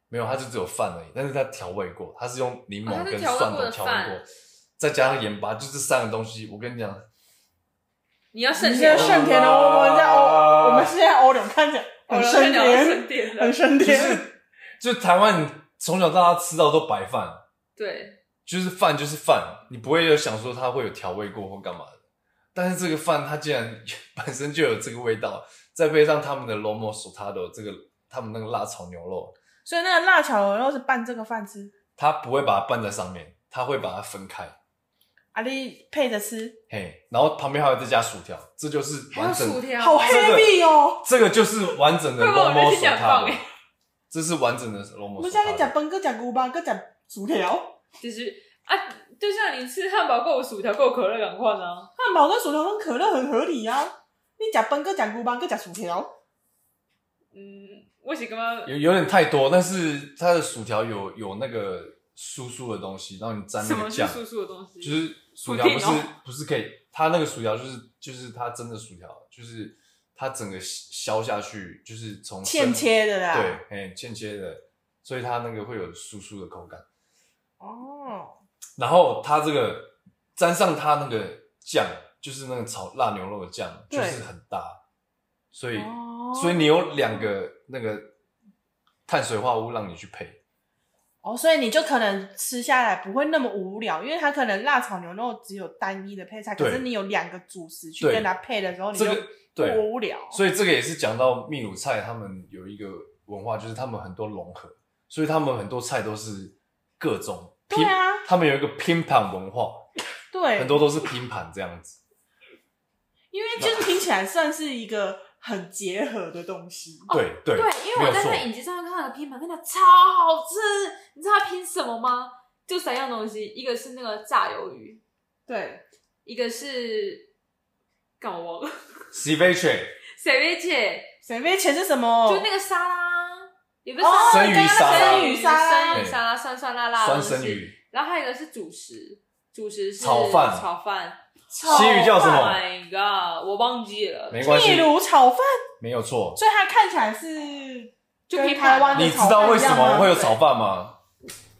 Speaker 3: 没有，它就只有饭而已，但是它调味过，它是用柠
Speaker 1: 哦
Speaker 3: 檬
Speaker 1: 它是
Speaker 3: 跟
Speaker 1: 调味
Speaker 3: 蒜
Speaker 1: 过
Speaker 3: 头
Speaker 1: 的
Speaker 3: 调味
Speaker 1: 饭
Speaker 3: 过，再加上盐巴，就这三个东西，我跟你讲，
Speaker 1: 你要圣
Speaker 2: 你现在
Speaker 1: 田，
Speaker 2: 圣田的，我们在欧，我们现在欧两看起来
Speaker 1: 哦我
Speaker 2: 很
Speaker 1: 们
Speaker 2: 哦圣
Speaker 1: 聊
Speaker 2: 田，
Speaker 1: 圣田
Speaker 2: 很
Speaker 1: 了。
Speaker 2: 圣田。
Speaker 3: 就台湾你从小到大吃到都白饭，
Speaker 1: 对，
Speaker 3: 就是饭就是饭，你不会有想说它会有调味过或干嘛的。但是这个饭它竟然 本身就有这个味道，再配上他们的 lomo sotado 这个他们那个辣炒牛肉，
Speaker 2: 所以那个辣炒牛肉是拌这个饭吃，
Speaker 3: 它不会把它拌在上面，它会把它分开，
Speaker 2: 阿丽配着吃，
Speaker 3: 嘿，然后旁边还有再加薯条，这就是
Speaker 1: 还
Speaker 3: 完
Speaker 1: 有
Speaker 3: 整
Speaker 1: 薯，条，
Speaker 2: 好 heavy 哦！
Speaker 3: 这个就是完整的
Speaker 1: 会不会 我
Speaker 3: lomo
Speaker 1: 们在讲棒
Speaker 3: sotado，
Speaker 1: 欸
Speaker 3: 这是完整的 lomo
Speaker 2: 我们现在讲
Speaker 3: sotado。
Speaker 2: 崩，搁讲古巴，搁讲薯条，
Speaker 1: 就是啊，就像你吃汉堡够薯条够可乐两罐啊，
Speaker 2: 汉堡跟薯条跟可乐很合理啊。你讲崩，搁讲古巴，搁讲薯
Speaker 3: 哦
Speaker 2: 条，
Speaker 1: 嗯，我是感觉
Speaker 3: 有有点太多，但是它的薯条有有那个酥酥的东西，让你沾
Speaker 1: 什
Speaker 3: 那个
Speaker 1: 么是
Speaker 3: 酱，
Speaker 1: 素素的东西，
Speaker 3: 就是薯条不是
Speaker 1: 不定哦
Speaker 3: 不是可以，它那个薯条就是就是它真的薯条，就是它整个削下去，就是从
Speaker 2: 欠
Speaker 3: 生
Speaker 2: 切的啦。啊
Speaker 3: 对，，哎、欠切的，所以它那个会有酥酥的口感。
Speaker 2: 哦，
Speaker 3: 然后它这个沾上它那个酱，就是那个炒辣牛肉的酱，
Speaker 2: 对
Speaker 3: 就是很搭，所以、
Speaker 2: 哦
Speaker 3: 所以你有两个那个碳水化合物让你去配，
Speaker 2: 哦，所以你就可能吃下来不会那么无聊，因为它可能辣炒牛肉只有单一的配菜，可
Speaker 3: 对
Speaker 2: 是你有两个主食去
Speaker 3: 对
Speaker 2: 跟它配的时候，你
Speaker 3: 这
Speaker 2: 就
Speaker 3: 个对
Speaker 2: 不无聊。
Speaker 3: 所以这个也是讲到秘鲁菜，他们有一个文化，就是他们很多融合，所以他们很多菜都是各种拼，
Speaker 2: 对啊
Speaker 3: 他们有一个拼盘文化，
Speaker 2: 对，
Speaker 3: 很多都是拼盘这样子。
Speaker 2: 因为就是听起来算是一个很结合的东西。
Speaker 1: 哦
Speaker 3: 对对
Speaker 1: 对，因
Speaker 3: 没
Speaker 1: 为
Speaker 3: 有
Speaker 1: 我在
Speaker 3: 错
Speaker 1: 那影集上面看到的拼盘，真的超好吃。你知道它拼什么吗？就三样东西，一个是那个炸鱿鱼，
Speaker 2: 对，
Speaker 1: 一个是干嘛忘了
Speaker 3: c e v e c
Speaker 1: 水贝姐，
Speaker 2: 水杯钱是什么？
Speaker 1: 就那个沙拉，也不是
Speaker 2: 哦
Speaker 1: 沙拉啊
Speaker 3: 生鱼沙拉
Speaker 1: 生鱼沙拉，生
Speaker 3: 对
Speaker 1: 鱼沙拉，酸酸辣辣的
Speaker 3: 酸
Speaker 1: 东西
Speaker 3: 生。鱼，
Speaker 1: 然后还有一个是主食，主食是
Speaker 3: 炒饭
Speaker 1: 炒饭。
Speaker 2: 炒
Speaker 3: 西语叫什么
Speaker 1: Oh my god，我忘记了，
Speaker 3: 没关系
Speaker 2: 秘，鲁炒饭，
Speaker 3: 没有错。
Speaker 2: 所以它看起来是
Speaker 1: 就
Speaker 2: 跟
Speaker 1: 拼
Speaker 2: 台
Speaker 1: 盘
Speaker 2: 湾的
Speaker 3: 你知
Speaker 2: 炒
Speaker 3: 道
Speaker 2: 饭
Speaker 3: 为
Speaker 2: 一
Speaker 3: 什
Speaker 2: 样
Speaker 3: 么
Speaker 2: 吗？
Speaker 3: 会有炒饭吗？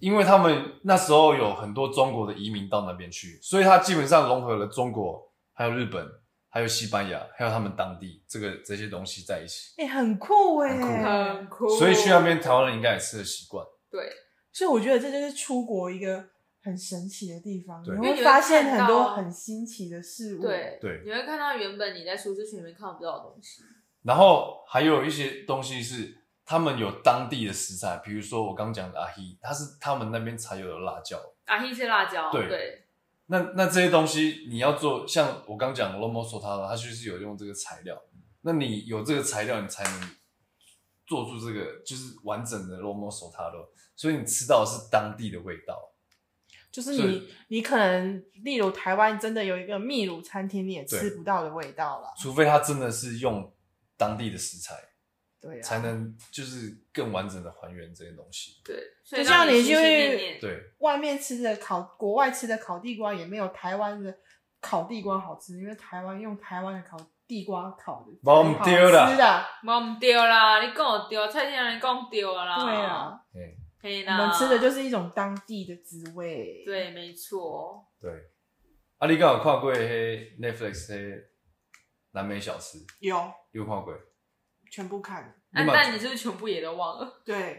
Speaker 3: 因为他们那时候有很多中国的移民到那边去，所以它基本上融合了中国、还有日本、还有西班牙、还有他们当地这个这些东西在一起。
Speaker 2: 哎、很酷哎、
Speaker 3: 很酷
Speaker 1: 很酷。
Speaker 3: 所以去那边台湾人应该也吃的习惯。
Speaker 1: 对，
Speaker 2: 所以我觉得这就是出国一个很神奇的地方，
Speaker 3: 对
Speaker 2: 你会发现很
Speaker 1: 因为你会
Speaker 2: 多
Speaker 1: 看到
Speaker 2: 很新奇的事物。
Speaker 1: 对
Speaker 3: 对
Speaker 1: 你会看到原本你在舒适圈里面看不到的东西。
Speaker 3: 然后还有一些东西是他们有当地的食材，比如说我刚讲的阿希，它是他们那边才有的辣椒。
Speaker 1: 阿黑啊是辣椒，
Speaker 3: 对
Speaker 1: 对
Speaker 3: 那那这些东西你要做，像我刚讲的 lomo sotado，它就是有用这个材料。那你有这个材料，你才能做出这个就是完整的 lomo sotado。所以你吃到的是当地的味道，
Speaker 2: 就是
Speaker 3: 所
Speaker 2: 你
Speaker 3: 以
Speaker 2: 你可能例如台湾真的有一个秘鲁餐厅，你也
Speaker 3: 对
Speaker 2: 吃不到的味道了。
Speaker 3: 除非它真的是用当地的食材，
Speaker 2: 对啊，
Speaker 3: 才能就是更完整的还原这些东西。
Speaker 1: 对，所以
Speaker 2: 就像
Speaker 1: 让
Speaker 2: 你
Speaker 1: 心
Speaker 2: 去
Speaker 1: 心念念，
Speaker 3: 对，
Speaker 2: 外面吃的烤，国外吃的烤地瓜也没有台湾的烤地瓜好吃，因为台湾用台湾的烤地瓜烤的，
Speaker 3: 把我们丢了
Speaker 2: 好吃的，
Speaker 1: 冇唔对啦，你讲我对，蔡健你讲我对啦，
Speaker 2: 对，啊，
Speaker 3: 嗯，
Speaker 1: 嘿
Speaker 2: 我
Speaker 1: 啦，
Speaker 2: 们吃的就是一种当地的滋味。，
Speaker 1: 对，没错，
Speaker 3: 对。阿力刚啊有看过黑 Netflix 黑南美小吃，
Speaker 2: 有
Speaker 3: 有看过？
Speaker 2: 全部看了。
Speaker 1: 那
Speaker 3: 你把
Speaker 1: 啊那你是不是全部也都忘了？
Speaker 2: 对，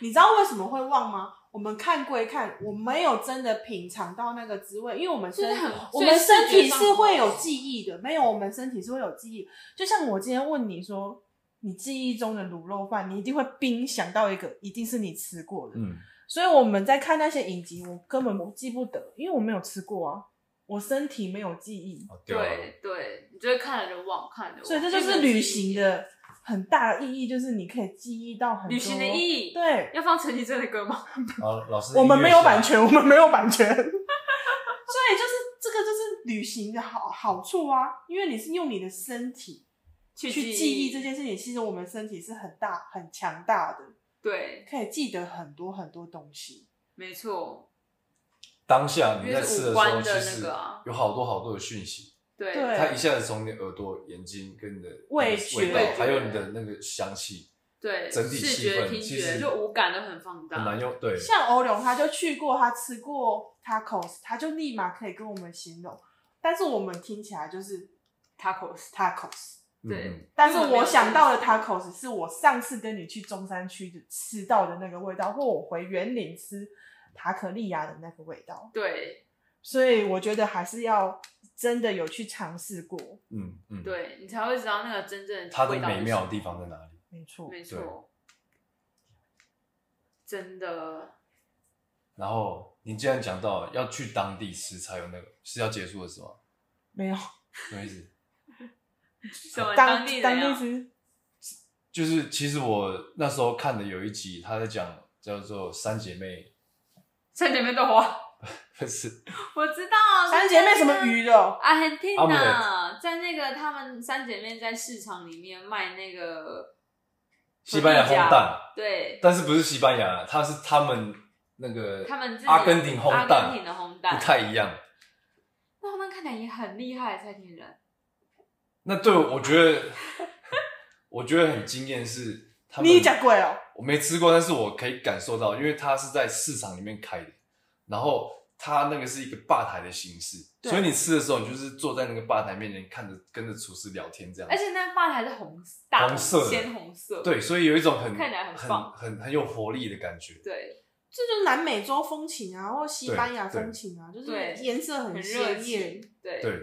Speaker 2: 你知道为什么会忘吗？我们看归看，我没有真的品尝到那个滋味，因为我们身
Speaker 1: 就是很
Speaker 2: 我们身体是会有
Speaker 1: 所以视觉上
Speaker 2: 记忆的，没有我们身体是会有记忆。就像我今天问你说，你记忆中的卤肉饭，你一定会冰想到一个，一定是你吃过的。
Speaker 3: 嗯，
Speaker 2: 所以我们在看那些影集，我根本我记不得，因为我没有吃过啊，我身体没有记忆，
Speaker 3: 哦对啊
Speaker 1: 对对，你就会看了就忘，看了就忘。
Speaker 2: 所以这就是旅行的很大的意义，就是你可以记忆到很多
Speaker 1: 旅行的意义。
Speaker 2: 对，
Speaker 1: 要放陈绮贞的歌吗？
Speaker 3: 好，老师，
Speaker 2: 我们没有版
Speaker 3: 音乐
Speaker 2: 权，我们没有版权， 所以就是这个就是旅行的好好处啊，因为你是用你的身体
Speaker 1: 去
Speaker 2: 去记忆这件事情，其实我们身体是很大很强大的，
Speaker 1: 对，
Speaker 2: 可以记得很多很多东西。
Speaker 1: 没错，
Speaker 3: 下当下你在吃的时候，
Speaker 1: 因为是
Speaker 3: 其
Speaker 1: 五官的
Speaker 3: 实
Speaker 1: 那个啊
Speaker 3: 有好多好多的讯息，
Speaker 1: 对
Speaker 2: 对
Speaker 3: 它一下子从你耳朵、眼睛跟你的
Speaker 2: 味
Speaker 3: 味
Speaker 2: 觉
Speaker 3: 道，还有你的那个香气，
Speaker 1: 对，
Speaker 3: 整体
Speaker 1: 视
Speaker 3: 气
Speaker 1: 觉、
Speaker 3: 氛
Speaker 1: 听
Speaker 3: 其实
Speaker 1: 觉就五感都很放大，
Speaker 3: 很难用。对，
Speaker 2: 像欧龙，他就去过，他吃过 tacos，他就立马可以跟我们形容，但是我们听起来就是 tacos tacos。
Speaker 3: 嗯
Speaker 1: 对
Speaker 3: 嗯
Speaker 2: 但是我想到的 tacos 是我上次跟你去中山区的吃到的那个味道，或我回园林吃塔可利亚的那个味道，
Speaker 1: 对
Speaker 2: 所以我觉得还是要真的有去尝试过，
Speaker 3: 嗯嗯，，
Speaker 1: 对，你才会知道那个真正
Speaker 3: 它的
Speaker 1: 味道是
Speaker 3: 美妙的
Speaker 1: 什
Speaker 3: 地
Speaker 1: 么
Speaker 3: 方在哪里？
Speaker 2: 没错。
Speaker 1: 没错，真的，
Speaker 2: 啊
Speaker 3: 然后你既然讲到要去当地吃才有那个，是要结束的是吗？
Speaker 2: 没有
Speaker 3: 什么意思？
Speaker 1: 什么
Speaker 2: 当
Speaker 1: 地
Speaker 2: 当
Speaker 1: 人啊
Speaker 2: 地啊
Speaker 1: 呀？
Speaker 2: 吃，
Speaker 3: 就是其实我那时候看的有一集，他在讲叫做三姐妹，
Speaker 1: 三姐妹豆花，
Speaker 3: 不是
Speaker 1: 我知道
Speaker 2: 三姐妹什么鱼哦肉，
Speaker 1: 阿很听
Speaker 3: 阿姆
Speaker 1: 呢，在那个他们三姐妹在市场里面卖那个
Speaker 3: 西班牙烘蛋，
Speaker 1: 对，
Speaker 3: 但是不是西班牙，它是他们那个
Speaker 1: 他们自己
Speaker 3: 阿根廷烘蛋，
Speaker 1: 阿根廷的烘蛋
Speaker 3: 不太一样。
Speaker 1: 那他们看起来也很厉害，蔡天人
Speaker 3: 那对我我觉得，我觉得很惊艳是他们。
Speaker 2: 你讲贵哦，
Speaker 3: 我没吃过，但是我可以感受到，因为它是在市场里面开的，然后它那个是一个吧台的形式，
Speaker 2: 对
Speaker 3: 所以你吃的时候，你就是坐在那个吧台面前，看着跟着厨师聊天这样
Speaker 1: 而。且那饭还是红大
Speaker 3: 红色的
Speaker 1: 鲜红色，
Speaker 3: 对，所以有一种很
Speaker 1: 看起来很
Speaker 3: 很
Speaker 1: 棒
Speaker 3: 很很有活力的感觉。
Speaker 1: 对，
Speaker 2: 这就是南美洲风情啊，或西班牙
Speaker 3: 对
Speaker 2: 风情啊，就是
Speaker 1: 对
Speaker 2: 颜色
Speaker 1: 很热
Speaker 2: 鲜艳。啊
Speaker 1: 情，对
Speaker 3: 对，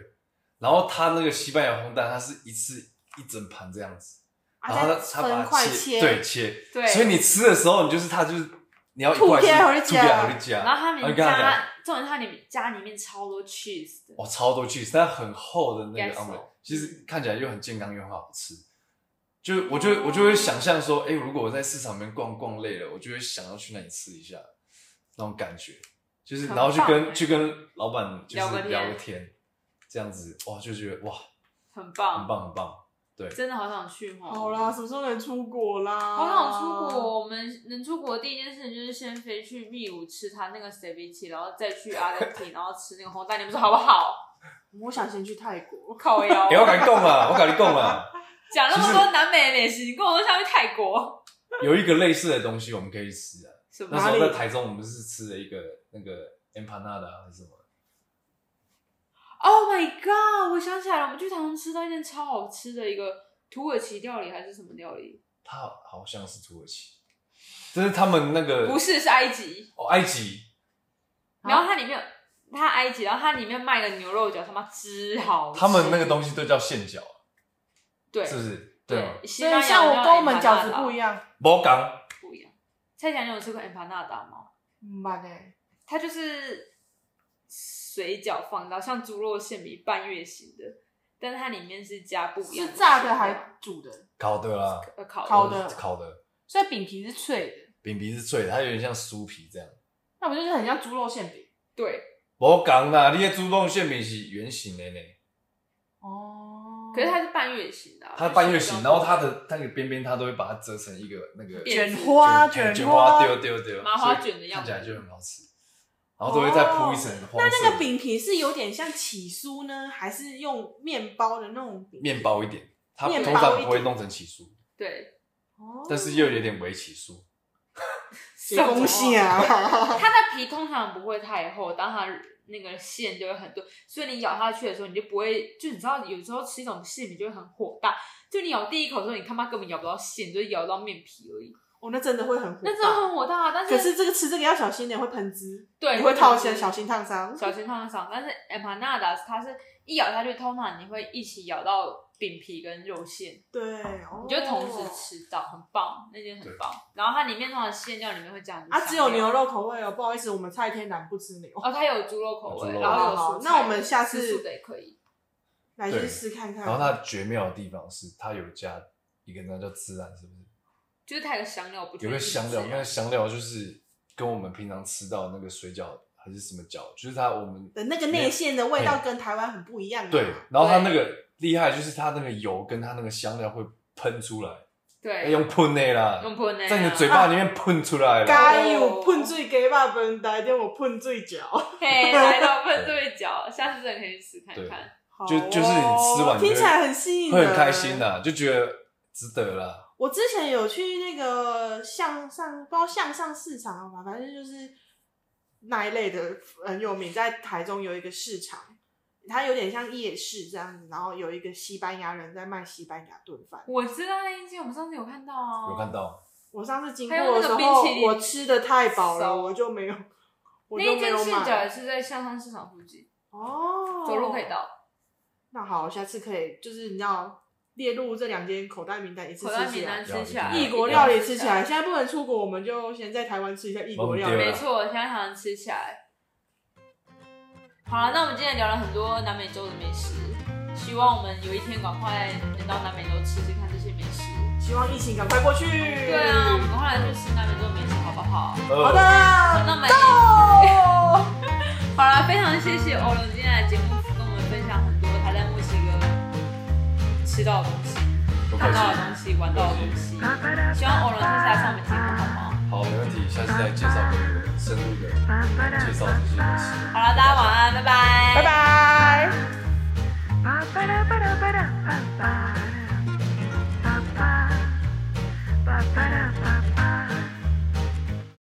Speaker 3: 然后它那个西班牙烘蛋，它是一次一整盘这样子，
Speaker 2: 啊
Speaker 3: 然后它
Speaker 2: 再
Speaker 3: 它把
Speaker 2: 分
Speaker 3: 它
Speaker 2: 块
Speaker 3: 切，
Speaker 2: 切
Speaker 3: 对切，
Speaker 1: 对
Speaker 3: 所以你吃的时候，你就是它就是你要一
Speaker 2: 吐
Speaker 3: 块是
Speaker 2: 片回去
Speaker 3: 吐片
Speaker 2: 夹
Speaker 3: 回去夹，
Speaker 1: 然后他们
Speaker 3: 就跟他聊
Speaker 1: 家，重点是他里面家里面超多 cheese 的，
Speaker 3: 哇，超多 cheese，但很厚的那
Speaker 1: Yes,
Speaker 3: 个 omelet，
Speaker 1: 哦
Speaker 3: 其实看起来又很健康又很好吃。就我就我就会想象说，哎、如果我在市场里面逛逛累了，我就会想要去那里吃一下，那种感觉，就是
Speaker 1: 很
Speaker 3: 然后去跟
Speaker 1: 棒欸
Speaker 3: 去跟老板就
Speaker 1: 聊个
Speaker 3: 是
Speaker 1: 天
Speaker 3: 聊个天，这样子哇，就觉得哇，
Speaker 1: 很
Speaker 3: 很
Speaker 1: 棒，
Speaker 3: 棒很棒，对，
Speaker 1: 真的好想去哦。
Speaker 2: 好啦，什么时候能出国啦？
Speaker 1: 好想出国！哦我们能出国的第一件事情就是先飞去秘鲁吃他那个 ceviche，然后再去阿根廷，然后吃那个红蛋，你们说好不好？
Speaker 2: 我想先去泰国。
Speaker 1: 靠腰
Speaker 3: 给，我敢供啊，我敢供啊，
Speaker 1: 讲那么多南美的美食，你跟我说想去泰国？
Speaker 3: 有一个类似的东西我们可以吃啊。
Speaker 1: 什
Speaker 3: 那
Speaker 1: 么？
Speaker 3: 时候
Speaker 2: 哪
Speaker 3: 在
Speaker 2: 里
Speaker 3: 台中，我们是吃了一个那个 empanada 还是什么，
Speaker 1: Oh my god！我想起来了，我们去台中吃到一件超好吃的一个土耳其料理还是什么料理？
Speaker 3: 它好像是土耳其，这是他们那个
Speaker 1: 不是，是埃及。
Speaker 3: 哦，埃及
Speaker 2: 啊
Speaker 1: 然后它里面有它埃及，然后它里面卖个牛肉饺，他妈之好吃。
Speaker 3: 他们那个东西都叫馅饺，
Speaker 1: 哦对
Speaker 3: 是不是？对哦吗
Speaker 1: 对，？西
Speaker 2: 所
Speaker 1: 班牙
Speaker 2: 以像我跟我们饺子
Speaker 1: 料理
Speaker 2: 不一样，
Speaker 3: 摩港
Speaker 1: 不一样。蔡讲你有吃过 empanada 吗？
Speaker 2: 嗯，蛮哎，
Speaker 1: 它就是水饺放到像猪肉馅饼半月形的，但是它里面是加不一样
Speaker 2: 是
Speaker 1: 馅料
Speaker 2: 炸的还煮的？
Speaker 3: 烤的啦，
Speaker 1: 呃烤
Speaker 2: 烤的
Speaker 3: 烤的，
Speaker 2: 所以饼皮是脆的，
Speaker 3: 饼皮是脆的，它有点像酥皮这样。
Speaker 2: 那不就是很像猪肉馅饼？
Speaker 1: 对，
Speaker 3: 摩港啦，你的猪肉馅饼是圆形的呢，
Speaker 2: 哦
Speaker 1: 可是它是半月形的啊、
Speaker 3: 它半月形，然后它的那个边边，它都会把它折成一个那个
Speaker 1: 卷
Speaker 2: 卷花
Speaker 3: 卷哎卷
Speaker 2: 花，
Speaker 3: 丢丢丢，
Speaker 1: 麻花
Speaker 3: 所以
Speaker 1: 卷的样子
Speaker 3: 看起来就很好吃。然后都会再铺一层
Speaker 2: 那
Speaker 3: 黄
Speaker 2: 那个
Speaker 3: 色
Speaker 2: 饼皮是有点像起酥呢，还是用面包的那种饼？
Speaker 3: 面包一点，它
Speaker 2: 面包
Speaker 3: 通
Speaker 2: 一
Speaker 3: 常
Speaker 2: 点
Speaker 3: 不会弄成起酥，
Speaker 1: 对，
Speaker 2: 哦，
Speaker 3: 但是 又有点微起酥。
Speaker 2: 这东西啊，
Speaker 1: 它的皮通常不会太厚，但它那个馅就会很多，所以你咬下去的时候，你就不会，就你知道，有时候吃一种馅饼就会很火大，就你咬第一口之后，你他妈根本咬不到馅，你就是咬到面皮而已，
Speaker 2: 哦，那真的会很火
Speaker 1: 那
Speaker 2: 大。
Speaker 1: 真的很火大。啊但
Speaker 2: 可是这个吃这个要小心点，会喷汁，
Speaker 1: 对
Speaker 2: 你会
Speaker 1: 烫
Speaker 2: 套心，小心烫伤。
Speaker 1: 小心烫伤。但是 empanadas 它是一咬下去，通常你会一起咬到饼皮跟肉馅，
Speaker 2: 对，哦
Speaker 1: 你
Speaker 2: 你
Speaker 1: 就同时吃到，很棒，那件很棒。然后它里面通常馅料里面会加很多
Speaker 2: 啊，只有
Speaker 1: 香料
Speaker 2: 牛肉口味哦，不好意思，我们蔡天然不吃牛。
Speaker 1: 哦，它有猪肉口味，
Speaker 3: 有猪肉
Speaker 1: 然后有
Speaker 2: 好
Speaker 1: 蔬
Speaker 2: 好
Speaker 1: 菜
Speaker 2: 那我们下次
Speaker 1: 吃素的也可以。
Speaker 2: 来
Speaker 3: 对
Speaker 2: 去试看看。
Speaker 3: 然后它绝妙的地方是，它有加一个那叫孜然，是不是？
Speaker 1: 就是它有个香料，我不确
Speaker 3: 有个
Speaker 1: 定是
Speaker 3: 香料，
Speaker 1: 孜
Speaker 3: 那
Speaker 1: 然
Speaker 3: 个香料就是跟我们平常吃到那个水饺还是什么饺，就是它我们
Speaker 2: 的那个内馅的味道
Speaker 3: 嘿
Speaker 2: 跟台湾很不一样。
Speaker 3: 哎
Speaker 2: 啊
Speaker 3: 对，然后它
Speaker 1: 对
Speaker 3: 那个厉害就是它那个油跟它那个香料会喷出来，要
Speaker 2: 哎
Speaker 1: 对，
Speaker 3: 用喷的啦，
Speaker 1: 用喷的啊
Speaker 3: 在你的嘴巴里面喷出来了。
Speaker 2: 加油喷水给吧，本来点我喷水饺。
Speaker 1: 嘿，来到 笨对角，下次真的可以去试看
Speaker 3: 对
Speaker 1: 看。
Speaker 2: 好
Speaker 3: 就就是你吃完
Speaker 2: 哦
Speaker 3: 你
Speaker 2: 听
Speaker 3: 会
Speaker 2: 起来很吸引，
Speaker 3: 会很开心。啊啦，就觉得值得啦。
Speaker 2: 我之前有去那个向上，不知道向上市场吧，反正就是那一类的很有名，在台中有一个市场，它有点像夜市这样子，然后有一个西班牙人在卖西班牙炖饭。
Speaker 1: 我知道那一间，我们上次有看到啊，
Speaker 3: 有看到
Speaker 2: 我上次经过
Speaker 1: 还有那
Speaker 2: 的
Speaker 1: 个
Speaker 2: 时候
Speaker 1: 冰淇，淋
Speaker 2: 我吃的太饱了，
Speaker 1: 手
Speaker 2: 我就没有，我
Speaker 1: 那
Speaker 2: 就
Speaker 1: 一
Speaker 2: 没
Speaker 1: 间
Speaker 2: 有
Speaker 1: 现角也
Speaker 2: 买。
Speaker 1: 是在向上市场附近，
Speaker 2: 哦，
Speaker 1: 走路可以。到。
Speaker 2: 那好，我下次可以就是你知道列入这两间口袋名单，一次
Speaker 1: 口袋
Speaker 2: 吃起
Speaker 1: 名
Speaker 2: 来
Speaker 1: 单。吃起来，
Speaker 3: 要
Speaker 2: 啊异国料理吃起来，现在不能出国，我们就先在台湾吃一下异国料
Speaker 3: 对
Speaker 2: 理
Speaker 3: 啊
Speaker 1: 没。错，现在想吃起来。好了，那我们今天聊了很多南美洲的美食，希望我们有一天赶快能到南美洲吃吃看这些美食。
Speaker 2: 希望疫情赶快过去。
Speaker 1: 对啊，我们赶快来去吃南美洲美食好不好？
Speaker 2: 好
Speaker 3: 好
Speaker 2: 的，
Speaker 1: 那我们
Speaker 2: 哦，
Speaker 1: 好了，非常谢谢欧伦今天来节目跟我们分享很多他在墨西哥吃到的东西、
Speaker 3: 不客
Speaker 1: 看
Speaker 3: 气
Speaker 1: 到的东西、玩到的东西。希望欧伦下次来上我们节目好吗？
Speaker 3: 好，没问题，下次再介绍给你们深入的介绍这些美食。
Speaker 1: 好了，大家晚安，拜拜。